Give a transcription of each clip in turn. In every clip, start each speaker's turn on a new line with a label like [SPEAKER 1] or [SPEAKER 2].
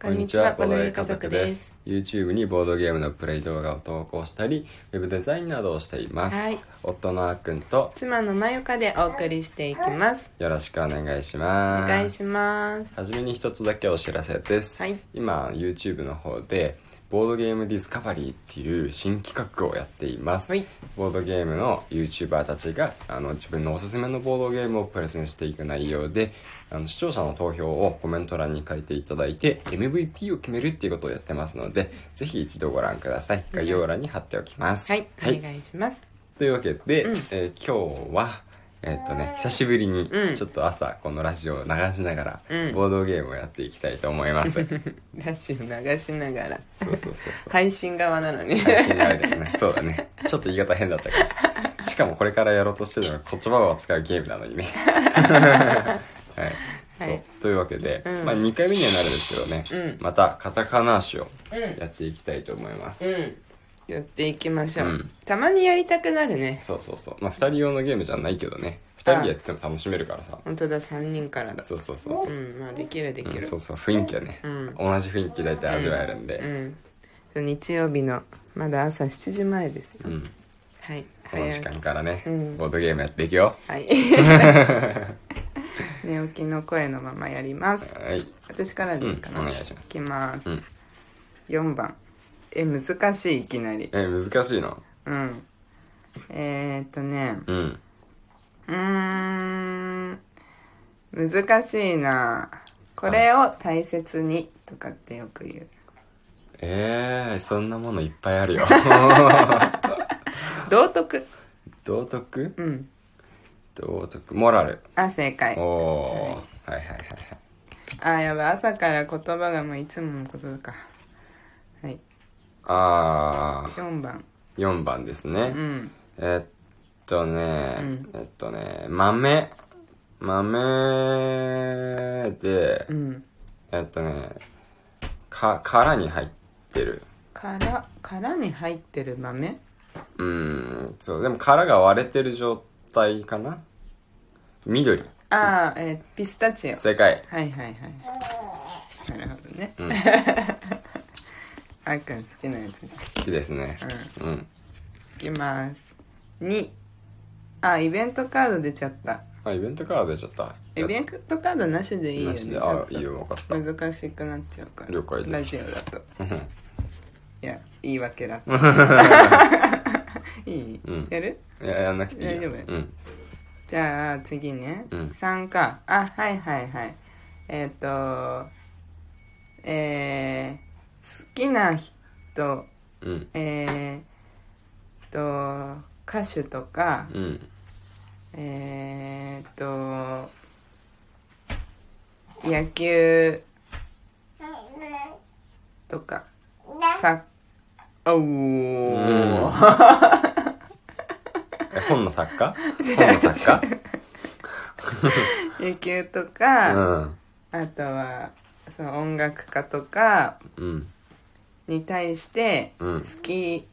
[SPEAKER 1] こんにちは、ボードゲーム家族です
[SPEAKER 2] YouTube にボードゲームのプレイ動画を投稿したり、ウェブデザインなどをしています。
[SPEAKER 1] はい
[SPEAKER 2] 夫のあっくんと
[SPEAKER 1] 妻のまゆかでお送りしていきます
[SPEAKER 2] よろしくお願いし
[SPEAKER 1] お
[SPEAKER 2] ます。
[SPEAKER 1] 願いします
[SPEAKER 2] はじめに一つだけお知らせです。
[SPEAKER 1] はい
[SPEAKER 2] 今、YouTube の方で、ボードゲームディスカバリーっていう新企画をやっています。
[SPEAKER 1] はい
[SPEAKER 2] ボードゲームの YouTuber たちがあの自分のおすすめのボードゲームをプレゼンしていく内容であの視聴者の投票をコメント欄に書いていただいて MVP を決めるっていうことをやってますのでぜひ一度ご覧ください概要欄に貼っておきます
[SPEAKER 1] はい、お願いし ます
[SPEAKER 2] というわけで、えー今日はえーっとね久しぶりに
[SPEAKER 1] うん
[SPEAKER 2] ちょっと朝このラジオを流しながら、
[SPEAKER 1] うん
[SPEAKER 2] ボードゲームをやっていきたいと思います そう
[SPEAKER 1] ラジオ流しながら
[SPEAKER 2] そうそう
[SPEAKER 1] 配信側なのに
[SPEAKER 2] 配信ライブだ ねそうだねちょっと言い方変だったけどしかもこれからやろうとしてるのは言葉を扱うゲームなのにねはい、
[SPEAKER 1] はい
[SPEAKER 2] そうというわけで、
[SPEAKER 1] ん
[SPEAKER 2] まあ、2回目にはなるんですけどね、
[SPEAKER 1] うん
[SPEAKER 2] またカタカナ詞を
[SPEAKER 1] うん
[SPEAKER 2] やっていきたいと思います、
[SPEAKER 1] うんやっていきましょう、
[SPEAKER 2] うん
[SPEAKER 1] たまにやりたくなるね
[SPEAKER 2] そうそうそうまあ2人用のゲームじゃないけどね2人でやっても楽しめるからさ
[SPEAKER 1] 本当だ3人からだ
[SPEAKER 2] そうそうそうそう
[SPEAKER 1] う、んまあできるでき
[SPEAKER 2] うん
[SPEAKER 1] る、
[SPEAKER 2] そうそう雰囲気はね、
[SPEAKER 1] ん
[SPEAKER 2] 同じ雰囲気大体味わえるんで、
[SPEAKER 1] うん、日曜日のまだ朝7時前ですよ、
[SPEAKER 2] うん
[SPEAKER 1] はい
[SPEAKER 2] この時
[SPEAKER 1] 早い
[SPEAKER 2] 間からね、
[SPEAKER 1] うん
[SPEAKER 2] ボードゲームやっていくよ
[SPEAKER 1] はい 寝起きの声のままやります
[SPEAKER 2] はい
[SPEAKER 1] 私からでいいかな、
[SPEAKER 2] うんお願いします
[SPEAKER 1] いきます、
[SPEAKER 2] うん
[SPEAKER 1] 4番え難しいいきなり
[SPEAKER 2] え難しいの
[SPEAKER 1] うんえー、っとね
[SPEAKER 2] うん
[SPEAKER 1] うーん難しいなこれを大切にとかってよく言う
[SPEAKER 2] えー、そんなものいっぱいある よ
[SPEAKER 1] 道徳
[SPEAKER 2] 道徳
[SPEAKER 1] うん
[SPEAKER 2] 道徳モラル
[SPEAKER 1] あ正解
[SPEAKER 2] おおー、はい、はいはいは
[SPEAKER 1] あ
[SPEAKER 2] い
[SPEAKER 1] やばい朝から言葉がもういつものことかはい
[SPEAKER 2] あ
[SPEAKER 1] 4番
[SPEAKER 2] ー4番です
[SPEAKER 1] う
[SPEAKER 2] ね、
[SPEAKER 1] ん
[SPEAKER 2] えっとね、
[SPEAKER 1] うん
[SPEAKER 2] えっとね豆豆で、
[SPEAKER 1] うん
[SPEAKER 2] えっとねか殻に入ってる
[SPEAKER 1] 殻殻に入ってる豆
[SPEAKER 2] うーんそうでも殻が割れてる状態かな緑
[SPEAKER 1] ああ、えーピスタチオ
[SPEAKER 2] 正解
[SPEAKER 1] はいはいはいなるほどね、あーくん好きなやつじゃん
[SPEAKER 2] 好きですねうん
[SPEAKER 1] いきます2あイベントカード出ちゃった
[SPEAKER 2] あイベントから出ちゃった
[SPEAKER 1] イベントカードなしでいいよ
[SPEAKER 2] な
[SPEAKER 1] ね
[SPEAKER 2] し
[SPEAKER 1] ち
[SPEAKER 2] で
[SPEAKER 1] ょ
[SPEAKER 2] あ
[SPEAKER 1] っと
[SPEAKER 2] いいよ分かった
[SPEAKER 1] 難しくなっちゃうから
[SPEAKER 2] 了解です
[SPEAKER 1] ラジオだといや言い訳 だいい、
[SPEAKER 2] うん
[SPEAKER 1] やる
[SPEAKER 2] いややんなくていい
[SPEAKER 1] 大丈
[SPEAKER 2] よ
[SPEAKER 1] 夫
[SPEAKER 2] うん
[SPEAKER 1] じゃあ次ね、
[SPEAKER 2] うん
[SPEAKER 1] 3かあはいはいはいえっ、とえー、好きな人
[SPEAKER 2] うん
[SPEAKER 1] えー、っと歌手とか、
[SPEAKER 2] うん
[SPEAKER 1] えー、っと野球とかサッおおー、
[SPEAKER 2] え本の作家本の作家
[SPEAKER 1] 野球とか、
[SPEAKER 2] うん
[SPEAKER 1] あとはその音楽家とか
[SPEAKER 2] うん
[SPEAKER 1] に対して
[SPEAKER 2] うん
[SPEAKER 1] 好き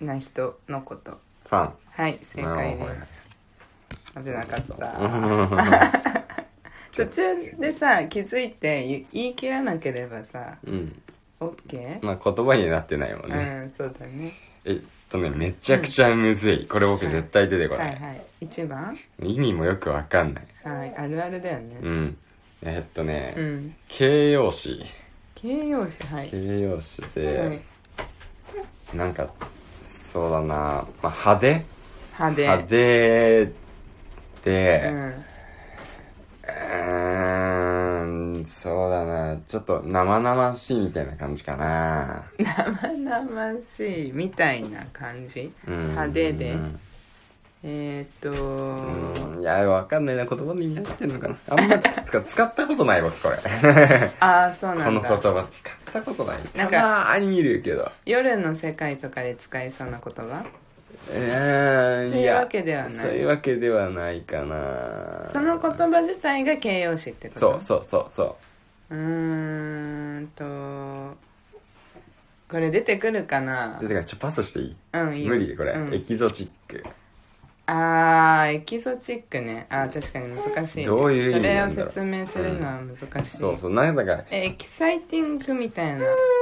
[SPEAKER 1] な人のこと、
[SPEAKER 2] ファン
[SPEAKER 1] はい正解
[SPEAKER 2] なる
[SPEAKER 1] です危なかった、
[SPEAKER 2] ほど
[SPEAKER 1] 途中でさ気づいて言言い切らなければさ
[SPEAKER 2] うん
[SPEAKER 1] オッケー
[SPEAKER 2] まあ言葉になってないもん
[SPEAKER 1] う
[SPEAKER 2] ね
[SPEAKER 1] んそうだね
[SPEAKER 2] えっとねめちゃくちゃむずいこれ僕絶対出てこ
[SPEAKER 1] は
[SPEAKER 2] ないい
[SPEAKER 1] はい1番
[SPEAKER 2] 意味もよくわかんない
[SPEAKER 1] はいあるあるだよ
[SPEAKER 2] う
[SPEAKER 1] ね
[SPEAKER 2] んえっとね、
[SPEAKER 1] うん
[SPEAKER 2] 形容詞
[SPEAKER 1] 形容詞はい
[SPEAKER 2] 形容詞
[SPEAKER 1] はい
[SPEAKER 2] で、なんかそうだな、まあ、派手
[SPEAKER 1] 派手
[SPEAKER 2] 派手で、
[SPEAKER 1] う
[SPEAKER 2] うんーんそうだなちょっと生々しいみたいな感じ かな
[SPEAKER 1] 生々しいみたいな感じ、
[SPEAKER 2] うん
[SPEAKER 1] 派手で、
[SPEAKER 2] うん
[SPEAKER 1] えー、っと
[SPEAKER 2] うんいやわかんないな言葉になってんのかなあんまつか使ったことない僕これ
[SPEAKER 1] ああそうな
[SPEAKER 2] この
[SPEAKER 1] ん
[SPEAKER 2] 言
[SPEAKER 1] だ
[SPEAKER 2] 葉使ったことない
[SPEAKER 1] な
[SPEAKER 2] た
[SPEAKER 1] んか
[SPEAKER 2] まーに見るけど
[SPEAKER 1] 夜の世界とかで使えそうな言葉
[SPEAKER 2] え
[SPEAKER 1] そう
[SPEAKER 2] ー、い
[SPEAKER 1] いう
[SPEAKER 2] や
[SPEAKER 1] わけではない
[SPEAKER 2] そういうわけではないかな
[SPEAKER 1] その言葉自体が形容詞ってこと
[SPEAKER 2] そうそうそうそう
[SPEAKER 1] うーんとこれ出てくるかな
[SPEAKER 2] でてかちょっとパスしていい
[SPEAKER 1] うんいいよ
[SPEAKER 2] 無理これ、
[SPEAKER 1] うん
[SPEAKER 2] エキゾチック
[SPEAKER 1] ああーエキゾチックねあー確かに難しいね、
[SPEAKER 2] どういう意味
[SPEAKER 1] それ
[SPEAKER 2] な
[SPEAKER 1] を
[SPEAKER 2] んだろう
[SPEAKER 1] 説明するのは難しい、
[SPEAKER 2] そうそうなんだか
[SPEAKER 1] えエキサイティングみたいな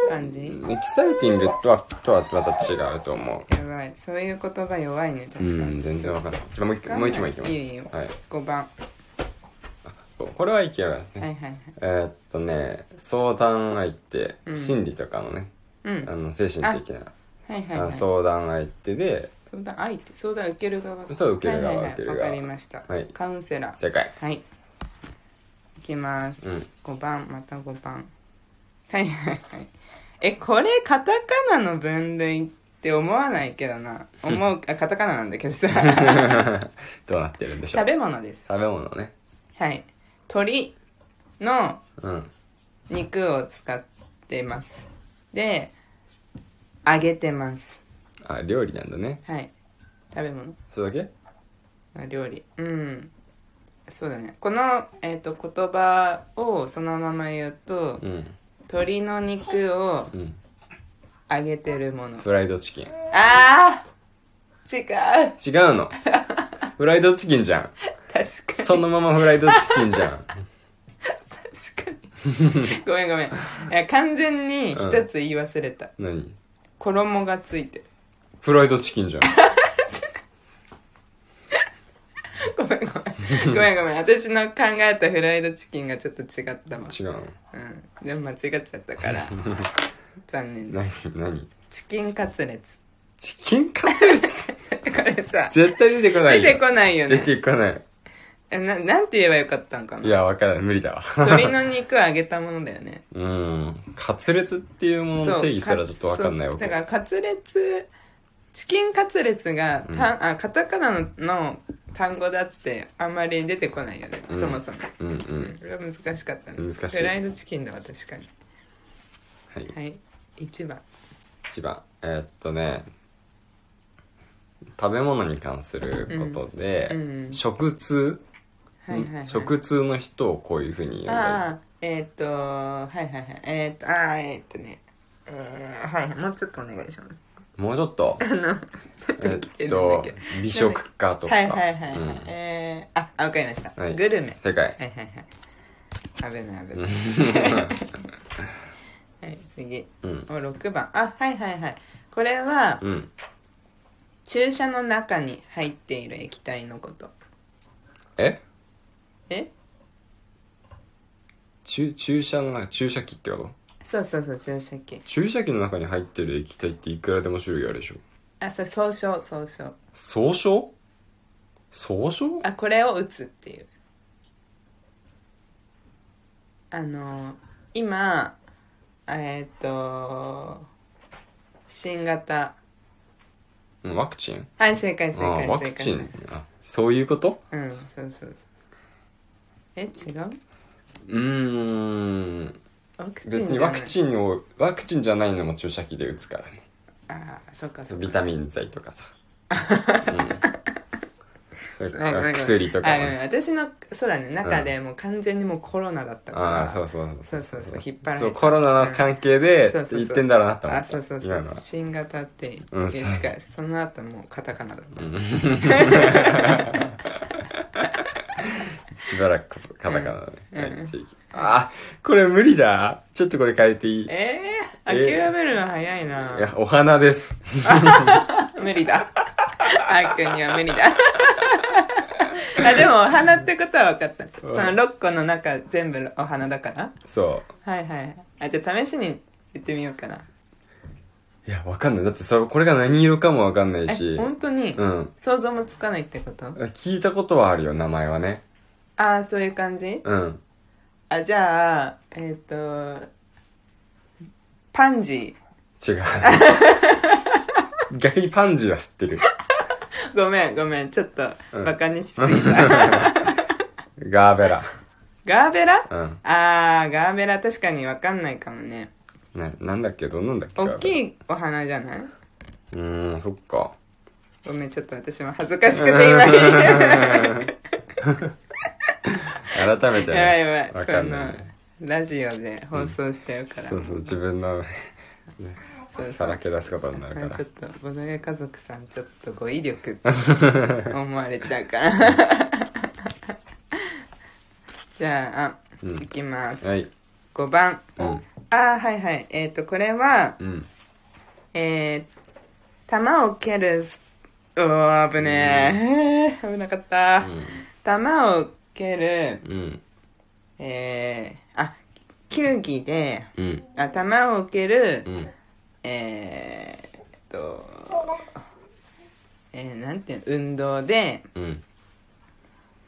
[SPEAKER 1] 感じ、
[SPEAKER 2] エキサイティングとはとはまた違うと思
[SPEAKER 1] やばいそういう言葉弱いね確か
[SPEAKER 2] うう
[SPEAKER 1] に、
[SPEAKER 2] ん全然わかんないじゃあもう一回もう一枚いきます
[SPEAKER 1] いいよ
[SPEAKER 2] はい
[SPEAKER 1] 5番
[SPEAKER 2] これはいけばですね、
[SPEAKER 1] はいはいはい
[SPEAKER 2] えーっとね相談相手、
[SPEAKER 1] うん
[SPEAKER 2] 心理とかのね
[SPEAKER 1] うん
[SPEAKER 2] あの精神的な、
[SPEAKER 1] はい
[SPEAKER 2] あ
[SPEAKER 1] はい
[SPEAKER 2] の
[SPEAKER 1] はい
[SPEAKER 2] 相談相手で
[SPEAKER 1] 相談相手相談受ける側
[SPEAKER 2] そう受ける側
[SPEAKER 1] はいはいはい
[SPEAKER 2] 受ける側
[SPEAKER 1] わかりました、
[SPEAKER 2] はい
[SPEAKER 1] カウンセラー
[SPEAKER 2] 正解
[SPEAKER 1] はいいきます、
[SPEAKER 2] うん
[SPEAKER 1] 五5番また5番はいはいはいえこれカタカナの分類って思わないけどな思 うあカタカナなんだけどさ
[SPEAKER 2] どうなってるんでしょ
[SPEAKER 1] 食
[SPEAKER 2] う
[SPEAKER 1] べ物です
[SPEAKER 2] 食べ物ね
[SPEAKER 1] はい鳥の
[SPEAKER 2] うん
[SPEAKER 1] 肉を使ってますで揚げてます
[SPEAKER 2] あ料理なんだね
[SPEAKER 1] はい食べ物
[SPEAKER 2] それだけ
[SPEAKER 1] あ料理うんそうだねこの、えー、と言葉をそのまま言うと
[SPEAKER 2] うん
[SPEAKER 1] 鶏の肉を
[SPEAKER 2] うん
[SPEAKER 1] 揚げてるもの
[SPEAKER 2] フライドチキン
[SPEAKER 1] あー違う
[SPEAKER 2] 違うのフライドチキンじゃん
[SPEAKER 1] 確かに
[SPEAKER 2] そのままフライドチキンじゃん
[SPEAKER 1] 確か にごめんごめんいや完全に一つ言い忘れた、
[SPEAKER 2] 何
[SPEAKER 1] 衣がつい てる
[SPEAKER 2] フライドチキンじゃん
[SPEAKER 1] ごめんごめんごめんごめん私の考えたフライドチキンがちょっと違ったもん
[SPEAKER 2] 違うの
[SPEAKER 1] うんでも間違っちゃったから残念だ
[SPEAKER 2] 何何
[SPEAKER 1] チキンカツレツ
[SPEAKER 2] チキンカツレツ
[SPEAKER 1] これさ
[SPEAKER 2] 絶対出てこない
[SPEAKER 1] 出
[SPEAKER 2] よ
[SPEAKER 1] てこないよ
[SPEAKER 2] 出
[SPEAKER 1] ね
[SPEAKER 2] てこない
[SPEAKER 1] えななんて言えばよかったんか
[SPEAKER 2] い
[SPEAKER 1] な
[SPEAKER 2] や わからない無理だわ
[SPEAKER 1] 鶏の肉を揚げたものだよね
[SPEAKER 2] うんカツレツっていうものの定義すらちょっとわかんないわ
[SPEAKER 1] そう
[SPEAKER 2] け
[SPEAKER 1] だからカツレツチキンカツレツがた、あカタカナのの単語だってあんまり出てこないよね、
[SPEAKER 2] うん
[SPEAKER 1] そもそも
[SPEAKER 2] うんう
[SPEAKER 1] うん
[SPEAKER 2] ん
[SPEAKER 1] これは難しかったね
[SPEAKER 2] 難しい
[SPEAKER 1] フライドチキンだわ確かに
[SPEAKER 2] はい
[SPEAKER 1] はい1番
[SPEAKER 2] 一番えーっとね食べ物に関することで、
[SPEAKER 1] うんうん
[SPEAKER 2] 食通、
[SPEAKER 1] はいはい、はい、
[SPEAKER 2] 食通の人をこういうふうに呼んだ
[SPEAKER 1] ああえーっ、とはいはいはいえーっ、とああえーっ、とねえー、はいもうちょっとお願いします
[SPEAKER 2] りもうちょっとえ
[SPEAKER 1] てる
[SPEAKER 2] っ
[SPEAKER 1] んだ
[SPEAKER 2] と
[SPEAKER 1] けど
[SPEAKER 2] 美食家とか、
[SPEAKER 1] はいはいはい、
[SPEAKER 2] うん
[SPEAKER 1] えー、ああわかりました、
[SPEAKER 2] はい
[SPEAKER 1] グルメ
[SPEAKER 2] 世界
[SPEAKER 1] はいはいはい危ない危ないはい次
[SPEAKER 2] うん
[SPEAKER 1] お6番あはいはいはいこれは
[SPEAKER 2] うん
[SPEAKER 1] 注射の中に入っている液体のこと
[SPEAKER 2] え
[SPEAKER 1] え
[SPEAKER 2] 注注射の中注射器ってこと
[SPEAKER 1] そうそうそう注射器
[SPEAKER 2] 注射器の中に入ってる液体っていくらでも種類あるでしょ
[SPEAKER 1] あそれ総称総称
[SPEAKER 2] 総称総称
[SPEAKER 1] あこれを打つっていうあの今えっ、と新型
[SPEAKER 2] うんワクチン
[SPEAKER 1] はい正解正
[SPEAKER 2] ああ
[SPEAKER 1] 解正
[SPEAKER 2] ー
[SPEAKER 1] 解
[SPEAKER 2] ワクチンあそういうこと
[SPEAKER 1] うんそうそうそうえ違う
[SPEAKER 2] うーん
[SPEAKER 1] ワクチンじゃない
[SPEAKER 2] 別にワクチンをワクチンじゃないのも注射器で打つからね
[SPEAKER 1] ああそっかそっか
[SPEAKER 2] ビタミン剤と かさ、うん、それ
[SPEAKER 1] はいはい
[SPEAKER 2] か
[SPEAKER 1] はい
[SPEAKER 2] ら薬とかも
[SPEAKER 1] あでも
[SPEAKER 2] ね
[SPEAKER 1] 私のそうだね中でもう完全にもうコロナだったから
[SPEAKER 2] ああそうそう
[SPEAKER 1] そうそうそう引っ張られた
[SPEAKER 2] そうコロナの関係で
[SPEAKER 1] そうそうそう
[SPEAKER 2] 言ってんだろうなと思った
[SPEAKER 1] あそうそうそ
[SPEAKER 2] 今
[SPEAKER 1] う
[SPEAKER 2] のは
[SPEAKER 1] 新型って言
[SPEAKER 2] うん
[SPEAKER 1] うしかその後もうカタカナだった
[SPEAKER 2] しばらくカタカナだ
[SPEAKER 1] うん
[SPEAKER 2] ね、
[SPEAKER 1] うん
[SPEAKER 2] はい地域あーこれ無理だちょっとこれ変えていいい
[SPEAKER 1] ええ
[SPEAKER 2] えー
[SPEAKER 1] 諦めるの早いな、
[SPEAKER 2] やお花です
[SPEAKER 1] 無理だあーくんには無理 だあでもお花ってことは分かったその6個の中全部お花だから
[SPEAKER 2] そ
[SPEAKER 1] はいはいあじゃあ試しに言ってみようかな
[SPEAKER 2] ういやわかんないだってそれこれが何色かもわかんない
[SPEAKER 1] え
[SPEAKER 2] し
[SPEAKER 1] 本当に、
[SPEAKER 2] うん
[SPEAKER 1] 想像もつかないってこと
[SPEAKER 2] 聞いたことはあるよ名前はね
[SPEAKER 1] ああそういう感じ
[SPEAKER 2] うん
[SPEAKER 1] あじゃあえっ、とパンジ
[SPEAKER 2] 違う逆にパンジーは知ってる
[SPEAKER 1] ーごめんごめんちょっと
[SPEAKER 2] うん
[SPEAKER 1] バカにしすぎた、
[SPEAKER 2] ガーベラ
[SPEAKER 1] ガーベラ
[SPEAKER 2] うん
[SPEAKER 1] あーガーベラ確かに分かんないかもね
[SPEAKER 2] ななんだっけどんなんだっけ
[SPEAKER 1] 大
[SPEAKER 2] い
[SPEAKER 1] きいお花じゃないう
[SPEAKER 2] ーんそっか
[SPEAKER 1] ごめんちょっと私も恥ずかしくて今 言えない
[SPEAKER 2] 改めて、
[SPEAKER 1] やばいや
[SPEAKER 2] ね、
[SPEAKER 1] ば
[SPEAKER 2] わ
[SPEAKER 1] い
[SPEAKER 2] か
[SPEAKER 1] こ
[SPEAKER 2] んないね
[SPEAKER 1] のラジオで放送しちゃうから、
[SPEAKER 2] そうそう自分のね
[SPEAKER 1] そうそう
[SPEAKER 2] さらけ出すことになるから
[SPEAKER 1] ちょっとボドゲ家族さんちょっと語彙力って 思われちゃうから じゃあ、
[SPEAKER 2] うん
[SPEAKER 1] いきます、
[SPEAKER 2] はい
[SPEAKER 1] 5番、
[SPEAKER 2] うん
[SPEAKER 1] あーはいはいえっ、とこれは
[SPEAKER 2] うん
[SPEAKER 1] えー、弾を蹴るスうわー危ねえ、危なかった、弾を蹴る
[SPEAKER 2] うん
[SPEAKER 1] えー、あ球技で
[SPEAKER 2] うん
[SPEAKER 1] あ弾を蹴る、
[SPEAKER 2] うん
[SPEAKER 1] えー、っとえー、なんていうの運動で、
[SPEAKER 2] うん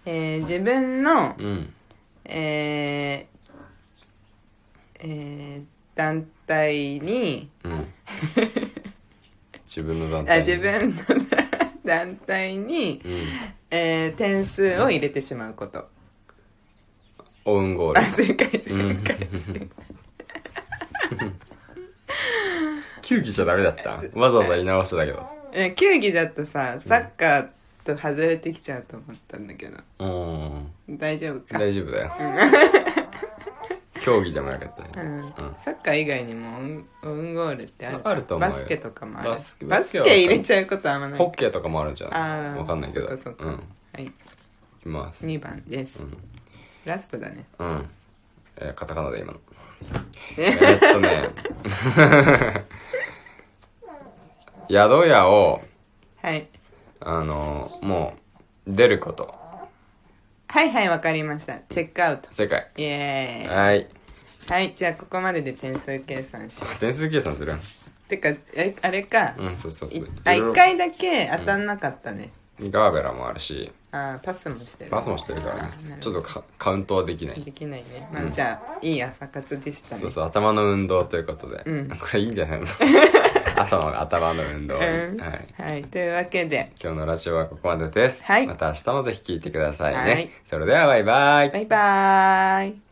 [SPEAKER 1] えー、自分の
[SPEAKER 2] うん
[SPEAKER 1] えーえー、団体 に
[SPEAKER 2] うん自分の団
[SPEAKER 1] あ
[SPEAKER 2] 体
[SPEAKER 1] 自分の団体に、
[SPEAKER 2] うん
[SPEAKER 1] えー、点数を入れてしまうこと。
[SPEAKER 2] オウンゴール
[SPEAKER 1] あ、正解、正
[SPEAKER 2] うん
[SPEAKER 1] 解、正解。
[SPEAKER 2] 球技じゃダメだったわざわざ言い直しただけど
[SPEAKER 1] え球技だとさ、サッカーと外れてきちゃうと思ったんだけど、
[SPEAKER 2] うーん
[SPEAKER 1] 大丈夫か。
[SPEAKER 2] 大丈夫だよ競技でもなかった
[SPEAKER 1] う
[SPEAKER 2] ね
[SPEAKER 1] ん
[SPEAKER 2] ん
[SPEAKER 1] サッカー以外にもオウンオウンゴールってある
[SPEAKER 2] あると思うよ
[SPEAKER 1] バスケとかもある
[SPEAKER 2] バスケ
[SPEAKER 1] バ
[SPEAKER 2] バ
[SPEAKER 1] ス
[SPEAKER 2] ス
[SPEAKER 1] ケ
[SPEAKER 2] ケは
[SPEAKER 1] 入れちゃうことはあんまない
[SPEAKER 2] ホッケーとかもあるんじゃ
[SPEAKER 1] あ
[SPEAKER 2] な
[SPEAKER 1] ー
[SPEAKER 2] いわかんないけど
[SPEAKER 1] そっ
[SPEAKER 2] う
[SPEAKER 1] かそっか
[SPEAKER 2] んい
[SPEAKER 1] はい
[SPEAKER 2] きます
[SPEAKER 1] 2番です、
[SPEAKER 2] うん
[SPEAKER 1] ラストだね
[SPEAKER 2] うん。えーカタカナで今の。えーっとね。宿屋を、
[SPEAKER 1] はい
[SPEAKER 2] あのーもう、出ること。
[SPEAKER 1] はいはいわかりましたチェックアウト
[SPEAKER 2] 世界。
[SPEAKER 1] イエーイ
[SPEAKER 2] はい。
[SPEAKER 1] はいじゃあここまでで点数計算して
[SPEAKER 2] 点数計算する
[SPEAKER 1] てかえあれか、
[SPEAKER 2] うん、そうそう
[SPEAKER 1] い
[SPEAKER 2] そう。
[SPEAKER 1] あ
[SPEAKER 2] いろいろ
[SPEAKER 1] 1。回だけ当たんなかったね、
[SPEAKER 2] ガーベラもあるし、
[SPEAKER 1] あーパスもしてる
[SPEAKER 2] バスもしてるから
[SPEAKER 1] あーな
[SPEAKER 2] ね。
[SPEAKER 1] る
[SPEAKER 2] ち
[SPEAKER 1] ほ
[SPEAKER 2] ょ
[SPEAKER 1] ど
[SPEAKER 2] っとカカウントはできない。
[SPEAKER 1] できないねまあ、じゃあいい朝活でしたね
[SPEAKER 2] そうそう、頭の運動ということで。
[SPEAKER 1] うん
[SPEAKER 2] これいいんじ ゃないの朝の頭の運動に。
[SPEAKER 1] うん
[SPEAKER 2] はい。
[SPEAKER 1] はい、というわけで
[SPEAKER 2] 今日のラジオはここまでです。
[SPEAKER 1] はい
[SPEAKER 2] また明日もぜひ聞いてくださいね。
[SPEAKER 1] はい
[SPEAKER 2] それではバイバイ。
[SPEAKER 1] バイバーイ